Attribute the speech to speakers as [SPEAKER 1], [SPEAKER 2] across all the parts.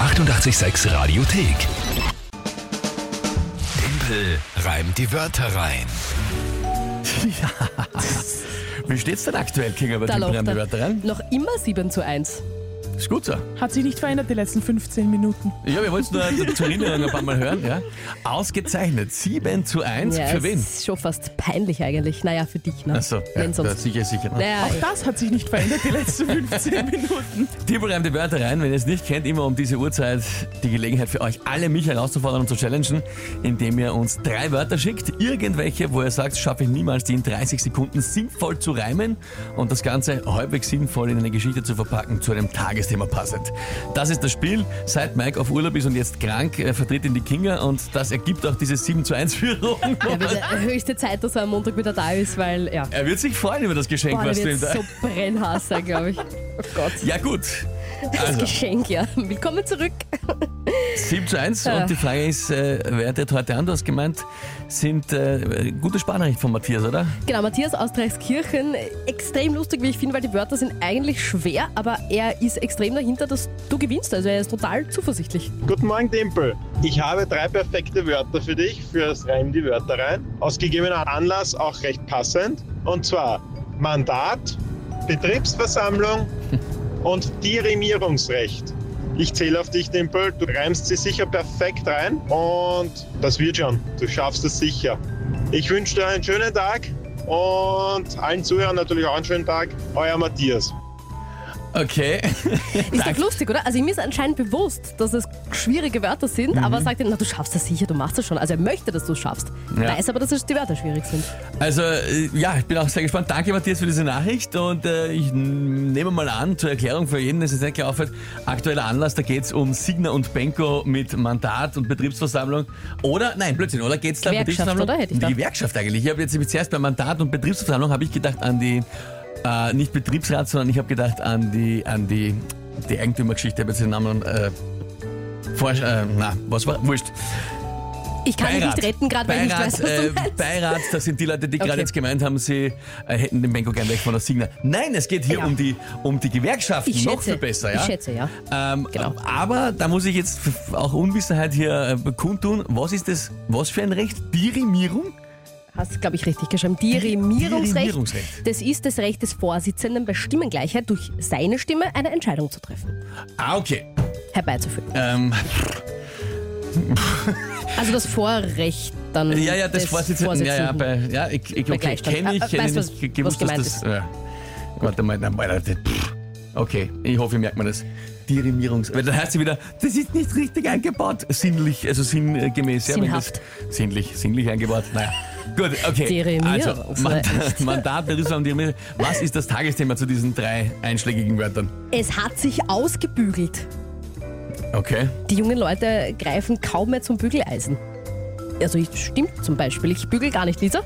[SPEAKER 1] 886 Radiothek. Tempel reimt die Wörter rein.
[SPEAKER 2] Ja. Wie steht's denn aktuell, King? Aber
[SPEAKER 3] Da
[SPEAKER 2] die
[SPEAKER 3] lacht
[SPEAKER 2] brennen die
[SPEAKER 3] er.
[SPEAKER 2] Wörter rein.
[SPEAKER 3] Noch immer 7 zu 1.
[SPEAKER 2] Ist gut so.
[SPEAKER 4] Hat sich nicht verändert die letzten 15 Minuten.
[SPEAKER 2] Ja, wir wollten es nur zur Erinnerung ein paar Mal hören. Ja. Ausgezeichnet. 7 zu 1.
[SPEAKER 3] Ja,
[SPEAKER 2] Für
[SPEAKER 3] es
[SPEAKER 2] wen?
[SPEAKER 3] Ist schon fast peinlich eigentlich. Naja, für dich, ne?
[SPEAKER 2] Achso, ja,
[SPEAKER 3] Wenn
[SPEAKER 2] ja,
[SPEAKER 3] sonst.
[SPEAKER 2] sicher, sicher.
[SPEAKER 3] Naja,
[SPEAKER 4] Auch das hat sich nicht verändert die letzten 15 Minuten.
[SPEAKER 2] Tippel reimt die Wörter rein, wenn ihr es nicht kennt, immer um diese Uhrzeit die Gelegenheit für euch alle mich herauszufordern und zu challengen, indem ihr uns drei Wörter schickt, irgendwelche, wo ihr sagt, schaffe ich niemals, die in 30 Sekunden sinnvoll zu reimen und das Ganze halbwegs sinnvoll in eine Geschichte zu verpacken, zu einem Tagesthema passend. Das ist das Spiel. Seit Mike auf Urlaub ist und jetzt krank, er vertritt ihn die Kinga und das ergibt auch diese 7 zu 1 Führung.
[SPEAKER 3] ja, wird ja höchste Zeit, dass er am Montag wieder da ist, weil, ja.
[SPEAKER 2] Er wird sich freuen über das Geschenk,
[SPEAKER 3] Boah,
[SPEAKER 2] was
[SPEAKER 3] der
[SPEAKER 2] du ihm
[SPEAKER 3] wird
[SPEAKER 2] da...
[SPEAKER 3] so brennhaß sein, glaube ich. Oh Gott,
[SPEAKER 2] Ja gut,
[SPEAKER 3] das
[SPEAKER 2] Also.
[SPEAKER 3] Geschenk, ja. Willkommen zurück.
[SPEAKER 2] 7 zu 1
[SPEAKER 3] Ja.
[SPEAKER 2] und die Frage ist, äh, wer hat heute anders gemeint? Sind äh, gute Sparnachricht von Matthias, oder?
[SPEAKER 3] Genau, Matthias aus Dreiskirchen. Extrem lustig, wie ich finde, weil die Wörter sind eigentlich schwer, aber er ist extrem dahinter, dass du gewinnst. Also er ist total zuversichtlich.
[SPEAKER 5] Guten Morgen, Tempel. Ich habe drei perfekte Wörter für dich, für das Reim die Wörter rein. Aus gegebener Anlass auch recht passend. Und zwar Mandat, Betriebsversammlung und Dirimierungsrecht. Ich zähle auf dich, Tempel. Du reimst sie sicher perfekt rein. Und das wird schon. Du schaffst es sicher. Ich wünsche dir einen schönen Tag und allen Zuhörern natürlich auch einen schönen Tag. Euer Matthias.
[SPEAKER 2] Okay.
[SPEAKER 3] Ist doch lustig, oder? Also ihm ist anscheinend bewusst, dass es schwierige Wörter sind, aber er
[SPEAKER 2] Mhm.
[SPEAKER 3] sagt ihm, na, du schaffst das sicher, du machst das schon. Also er möchte, dass du es schaffst,
[SPEAKER 2] Ja.
[SPEAKER 3] weiß aber, dass es die Wörter schwierig sind.
[SPEAKER 2] Also äh, ja, ich bin auch sehr gespannt. Danke Matthias für diese Nachricht und äh, ich n- nehme mal an, zur Erklärung für jeden, dass es nicht klar auffällt, aktueller Anlass, da geht es um Signa und Benko mit Mandat und Betriebsversammlung. Oder, nein, Blödsinn, oder geht es da um
[SPEAKER 3] Gewerkschaft,
[SPEAKER 2] Betriebsversammlung?
[SPEAKER 3] oder? Hätte ich
[SPEAKER 2] die
[SPEAKER 3] gedacht.
[SPEAKER 2] Gewerkschaft eigentlich. Ich habe jetzt zuerst bei Mandat und Betriebsversammlung habe ich gedacht an die, äh, nicht Betriebsrat, sondern ich habe gedacht an die, an die, die Eigentümergeschichte, ich habe jetzt den Namen, äh, vor, äh, na, was war, wurscht.
[SPEAKER 3] Ich kann dich nicht retten, gerade weil ich nicht
[SPEAKER 2] Beirat,
[SPEAKER 3] weiß, was du
[SPEAKER 2] äh,
[SPEAKER 3] meinst.
[SPEAKER 2] Beirat, das sind die Leute, die gerade
[SPEAKER 3] Okay.
[SPEAKER 2] jetzt gemeint haben, sie äh, hätten den Benko gern weg von der Signa. Nein, es geht hier
[SPEAKER 3] Ja.
[SPEAKER 2] um, die, um die Gewerkschaften,
[SPEAKER 3] Ich
[SPEAKER 2] noch
[SPEAKER 3] schätze.
[SPEAKER 2] viel besser. Ja?
[SPEAKER 3] Ich schätze, ja.
[SPEAKER 2] Ähm,
[SPEAKER 3] Genau.
[SPEAKER 2] Aber da muss ich jetzt f- auch Unwissenheit hier äh, kundtun. Was ist das, was für ein Recht? Dirimierung?
[SPEAKER 3] Hast, glaube ich, richtig geschrieben. Dirimierungsrecht.
[SPEAKER 2] Dirimierungsrecht.
[SPEAKER 3] Das ist das Recht des Vorsitzenden bei Stimmengleichheit, durch seine Stimme eine Entscheidung zu treffen,
[SPEAKER 2] Ah, okay.
[SPEAKER 3] herbeizuführen.
[SPEAKER 2] Ähm,
[SPEAKER 3] Also das Vorrecht dann.
[SPEAKER 2] ja, ja, das
[SPEAKER 3] des
[SPEAKER 2] Vorsitzenden. Ja, ja,
[SPEAKER 3] Vorsitzenden.
[SPEAKER 2] bei, ja, ich, ich
[SPEAKER 3] Bei
[SPEAKER 2] okay,
[SPEAKER 3] Gleichstand.
[SPEAKER 2] kenne ich,
[SPEAKER 3] Ah, ah,
[SPEAKER 2] kenne ich
[SPEAKER 3] weißt, was-
[SPEAKER 2] nicht ge- gewusst,
[SPEAKER 3] was
[SPEAKER 2] dass
[SPEAKER 3] gemeint
[SPEAKER 2] das. Ja. Warte mal, nein, mal, das- pff. Okay, ich hoffe, ihr merkt man das. Dirimierungs. Weil dann heißt sie wieder, das ist nicht richtig eingebaut. Sinnlich, also sinngemäß. Ja, wenn
[SPEAKER 3] Sinnhaft.
[SPEAKER 2] Das, sinnlich, sinnlich eingebaut. Naja. Gut, okay.
[SPEAKER 3] Dirimierungs-
[SPEAKER 2] Also, Mandat, Mandat Berufsraum, Dirimierung. Was ist das Tagesthema zu diesen drei einschlägigen Wörtern?
[SPEAKER 3] Es hat sich ausgebügelt.
[SPEAKER 2] Okay.
[SPEAKER 3] Die jungen Leute greifen kaum mehr zum Bügeleisen. Also ich stimmt zum Beispiel. Ich bügel gar nicht, Lisa.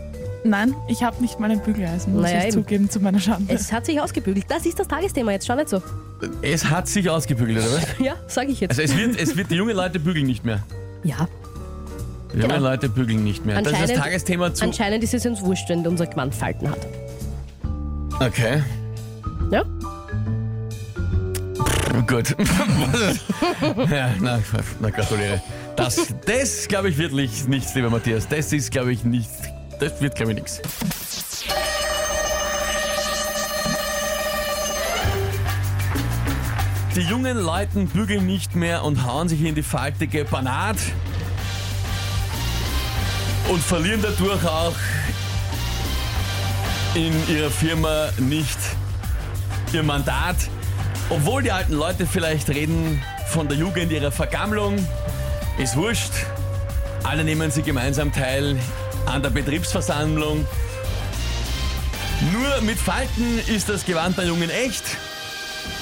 [SPEAKER 4] Nein, ich habe nicht meinen Bügeleisen, muss
[SPEAKER 3] Naja,
[SPEAKER 4] ich
[SPEAKER 3] eben.
[SPEAKER 4] zugeben, zu meiner Schande.
[SPEAKER 3] Es hat sich ausgebügelt. Das ist das Tagesthema jetzt. Schau nicht so.
[SPEAKER 2] Es hat sich ausgebügelt, oder was?
[SPEAKER 3] Ja, sag ich jetzt.
[SPEAKER 2] Also, es wird, es wird die jungen Leute bügeln nicht mehr.
[SPEAKER 3] ja,
[SPEAKER 2] Die jungen
[SPEAKER 3] Genau.
[SPEAKER 2] Leute bügeln nicht mehr. Das ist das
[SPEAKER 3] Anscheinend-
[SPEAKER 2] Tagesthema zu.
[SPEAKER 3] anscheinend ist es uns wurscht, wenn unser Mann Falten hat.
[SPEAKER 2] Okay.
[SPEAKER 3] Ja?
[SPEAKER 2] Gut. ja, na, na, gratuliere. Das, das glaube ich, wird nicht- nichts, lieber Matthias. Das ist, glaube ich, nicht. Das wird, glaube ich, nichts. Die jungen Leuten bügeln nicht mehr und hauen sich in die faltige Banat und verlieren dadurch auch in ihrer Firma nicht ihr Mandat. Obwohl die alten Leute vielleicht reden von der Jugend ihrer Vergammlung, ist wurscht. Alle nehmen sie gemeinsam teil an der Betriebsversammlung. Nur mit Falten ist das Gewand der Jungen echt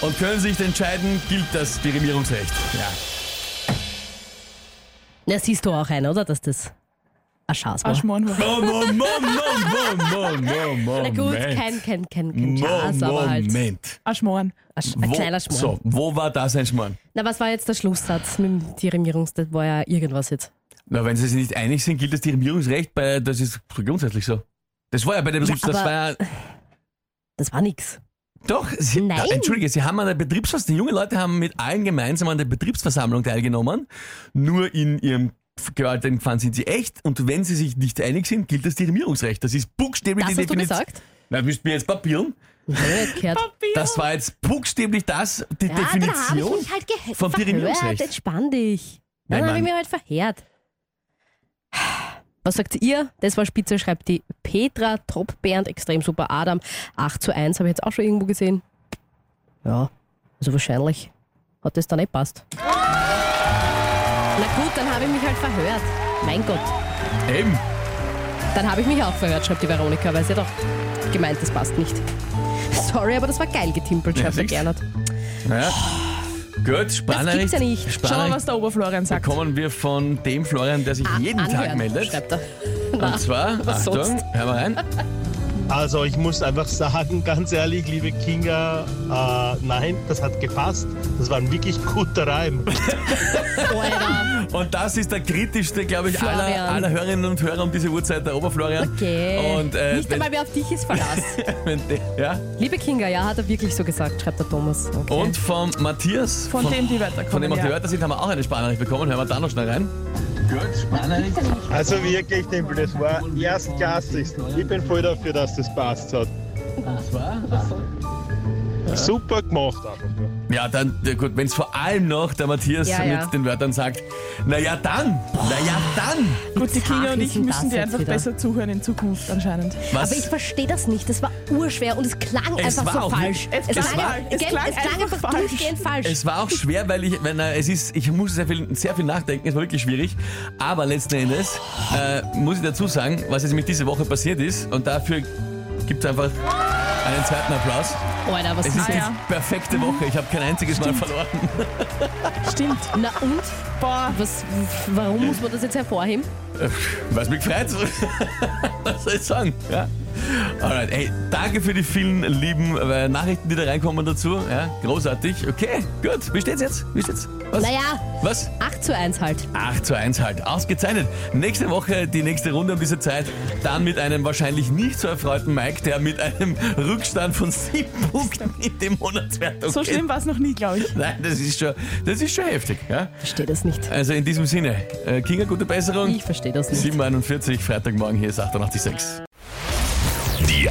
[SPEAKER 2] und können sich entscheiden, gilt das Dirimierungsrecht. Ja.
[SPEAKER 3] Na, siehst du auch ein, oder? Dass das ein Schatz war.
[SPEAKER 4] Aschmorn war.
[SPEAKER 2] Mo, mo, mo, mo, mo, mo, mo,
[SPEAKER 3] Na gut,
[SPEAKER 2] Moment.
[SPEAKER 3] kein, kein, kein, kein Schatz,
[SPEAKER 2] Mo,
[SPEAKER 3] aber halt ein,
[SPEAKER 2] Moment.
[SPEAKER 4] Aschmorn.
[SPEAKER 3] Sch- ein
[SPEAKER 2] Wo-
[SPEAKER 3] kleiner Schmarrn.
[SPEAKER 2] So, wo war das ein Schmarrn?
[SPEAKER 3] Na, was war jetzt der Schlusssatz mit dem Dirimierungs... Das war ja irgendwas jetzt.
[SPEAKER 2] Na, wenn sie sich nicht einig sind, gilt das Dirimierungsrecht, bei, das ist grundsätzlich so. Das war ja bei dem, das
[SPEAKER 3] aber-
[SPEAKER 2] war ja,
[SPEAKER 3] Das war nix.
[SPEAKER 2] Doch, sie,
[SPEAKER 3] Nein.
[SPEAKER 2] Ah, entschuldige, sie haben an der Betriebsversammlung, die jungen Leute haben mit allen gemeinsam an der Betriebsversammlung teilgenommen, nur in ihrem Gewaltempfang sind sie echt und wenn sie sich nicht einig sind, gilt das Dirimierungsrecht. Das ist buchstäblich
[SPEAKER 3] Das
[SPEAKER 2] die
[SPEAKER 3] hast du
[SPEAKER 2] Definition.
[SPEAKER 3] gesagt?
[SPEAKER 2] Na, müsst mir jetzt papieren.
[SPEAKER 3] Blöd, gehört.
[SPEAKER 2] Das war jetzt buchstäblich das, die
[SPEAKER 3] Ja, dann habe ich
[SPEAKER 2] Definition.
[SPEAKER 3] mich halt geh-
[SPEAKER 2] vom
[SPEAKER 3] verhört.
[SPEAKER 2] Dirimierungsrecht.
[SPEAKER 3] Entspann dich.
[SPEAKER 2] Nein,
[SPEAKER 3] Dann habe ich
[SPEAKER 2] Mann.
[SPEAKER 3] mich halt verhört. Was sagt ihr? Das war Spitze, schreibt die Petra, Top Bernd, extrem super Adam. 8 zu 1 habe ich jetzt auch schon irgendwo gesehen. Ja, also wahrscheinlich hat das dann nicht passt. Na gut, dann habe ich mich halt verhört. Mein Gott.
[SPEAKER 2] Eben.
[SPEAKER 3] Dann habe ich mich auch verhört, schreibt die Veronika, weil sie hat auch gemeint, das passt nicht. Sorry, aber das war geil getimpelt,
[SPEAKER 2] Ja,
[SPEAKER 3] schreibt der
[SPEAKER 2] siehst.
[SPEAKER 3] Gernot.
[SPEAKER 2] Ja. Gut,
[SPEAKER 3] Das
[SPEAKER 2] Spannerich.
[SPEAKER 3] gibt's ja nicht.
[SPEAKER 4] Schauen wir,
[SPEAKER 2] Spannerich
[SPEAKER 4] was der Oberflorian sagt.
[SPEAKER 2] bekommen wir von dem Florian, der sich
[SPEAKER 3] Ah,
[SPEAKER 2] jeden Tag
[SPEAKER 3] anhören,
[SPEAKER 2] meldet.
[SPEAKER 3] Schreibt er.
[SPEAKER 2] Und zwar,
[SPEAKER 3] was
[SPEAKER 2] Achtung,
[SPEAKER 3] sonst?
[SPEAKER 2] hör mal rein.
[SPEAKER 6] Also ich muss einfach sagen, ganz ehrlich, liebe Kinga, äh, nein, das hat gepasst. Das war ein wirklich guter Reim.
[SPEAKER 3] Alter.
[SPEAKER 2] Und das ist der kritischste, glaube ich, aller,
[SPEAKER 3] Florian.
[SPEAKER 2] aller Hörerinnen und Hörer um diese Uhrzeit, der Oberflorian.
[SPEAKER 3] Okay.
[SPEAKER 2] Und äh,
[SPEAKER 3] Nicht
[SPEAKER 2] wenn,
[SPEAKER 3] einmal mehr auf dich ist Verlass.
[SPEAKER 2] wenn der, ja.
[SPEAKER 3] Liebe Kinga, ja, hat er wirklich so gesagt, schreibt der Thomas. Okay.
[SPEAKER 2] Und vom Matthias,
[SPEAKER 4] Von dem die Wörter kommen.
[SPEAKER 2] von dem auch die
[SPEAKER 4] ja.
[SPEAKER 2] Wörter sind, haben wir auch eine Spannerich bekommen. Hören wir da noch schnell rein.
[SPEAKER 5] Also wirklich, Tempel, das war erstklassig. Ich bin voll dafür, dass das passt hat. Super gemacht einfach. nur.
[SPEAKER 2] Ja, dann, ja gut, wenn es vor allem noch der Matthias
[SPEAKER 3] Ja, ja.
[SPEAKER 2] mit den Wörtern sagt, naja dann, naja dann.
[SPEAKER 4] Gut, die Kinga und ich
[SPEAKER 3] Zachrissen
[SPEAKER 4] müssen
[SPEAKER 3] das
[SPEAKER 4] dir
[SPEAKER 3] jetzt
[SPEAKER 4] einfach
[SPEAKER 3] wieder.
[SPEAKER 4] besser zuhören in Zukunft anscheinend.
[SPEAKER 2] Was?
[SPEAKER 3] Aber ich verstehe das nicht. Das war urschwer und es klang
[SPEAKER 2] Es
[SPEAKER 3] einfach
[SPEAKER 2] war
[SPEAKER 3] so
[SPEAKER 2] auch
[SPEAKER 3] falsch.
[SPEAKER 4] nicht- es klang-
[SPEAKER 3] ja-
[SPEAKER 4] es
[SPEAKER 3] gell,
[SPEAKER 4] klang
[SPEAKER 3] es klang
[SPEAKER 4] einfach
[SPEAKER 3] einfach
[SPEAKER 4] falsch.
[SPEAKER 3] durchgehend falsch.
[SPEAKER 2] Es war auch schwer, weil ich, wenn, äh, es ist, ich muss sehr viel, sehr viel nachdenken, es war wirklich schwierig. Aber letzten Endes äh, muss ich dazu sagen, was jetzt mit dieser Woche passiert ist und dafür gibt es einfach einen zweiten Applaus.
[SPEAKER 3] Alter, was
[SPEAKER 2] Es ist
[SPEAKER 3] ist
[SPEAKER 4] Ah,
[SPEAKER 2] die
[SPEAKER 4] ja.
[SPEAKER 2] perfekte Woche, ich habe kein einziges Mal verloren.
[SPEAKER 4] Stimmt.
[SPEAKER 3] Na und?
[SPEAKER 4] Boah,
[SPEAKER 3] Was, warum muss man das jetzt hervorheben?
[SPEAKER 2] Äh, Was mich gefreut. Was soll ich sagen? Ja. Alright, ey, danke für die vielen lieben äh, Nachrichten, die da reinkommen dazu. Ja, großartig. Okay, gut. Wie steht's jetzt? Wie steht's? Was?
[SPEAKER 3] Naja,
[SPEAKER 2] Was?
[SPEAKER 3] 8 zu 1 halt.
[SPEAKER 2] 8 zu 1 halt. Ausgezeichnet. Nächste Woche die nächste Runde um diese Zeit. Dann mit einem wahrscheinlich nicht so erfreuten Mike, der mit einem Rückstand von 7 Punkten in die Monatswertung
[SPEAKER 4] so
[SPEAKER 2] geht.
[SPEAKER 4] schlimm war es noch nie, glaube ich.
[SPEAKER 2] Nein, das ist schon, das ist schon heftig. Ja?
[SPEAKER 3] Verstehe das nicht.
[SPEAKER 2] Also in diesem Sinne, äh, Kinga, gute Besserung.
[SPEAKER 3] Ich verstehe das nicht.
[SPEAKER 2] 7.41, Freitagmorgen, hier ist 886.
[SPEAKER 1] Die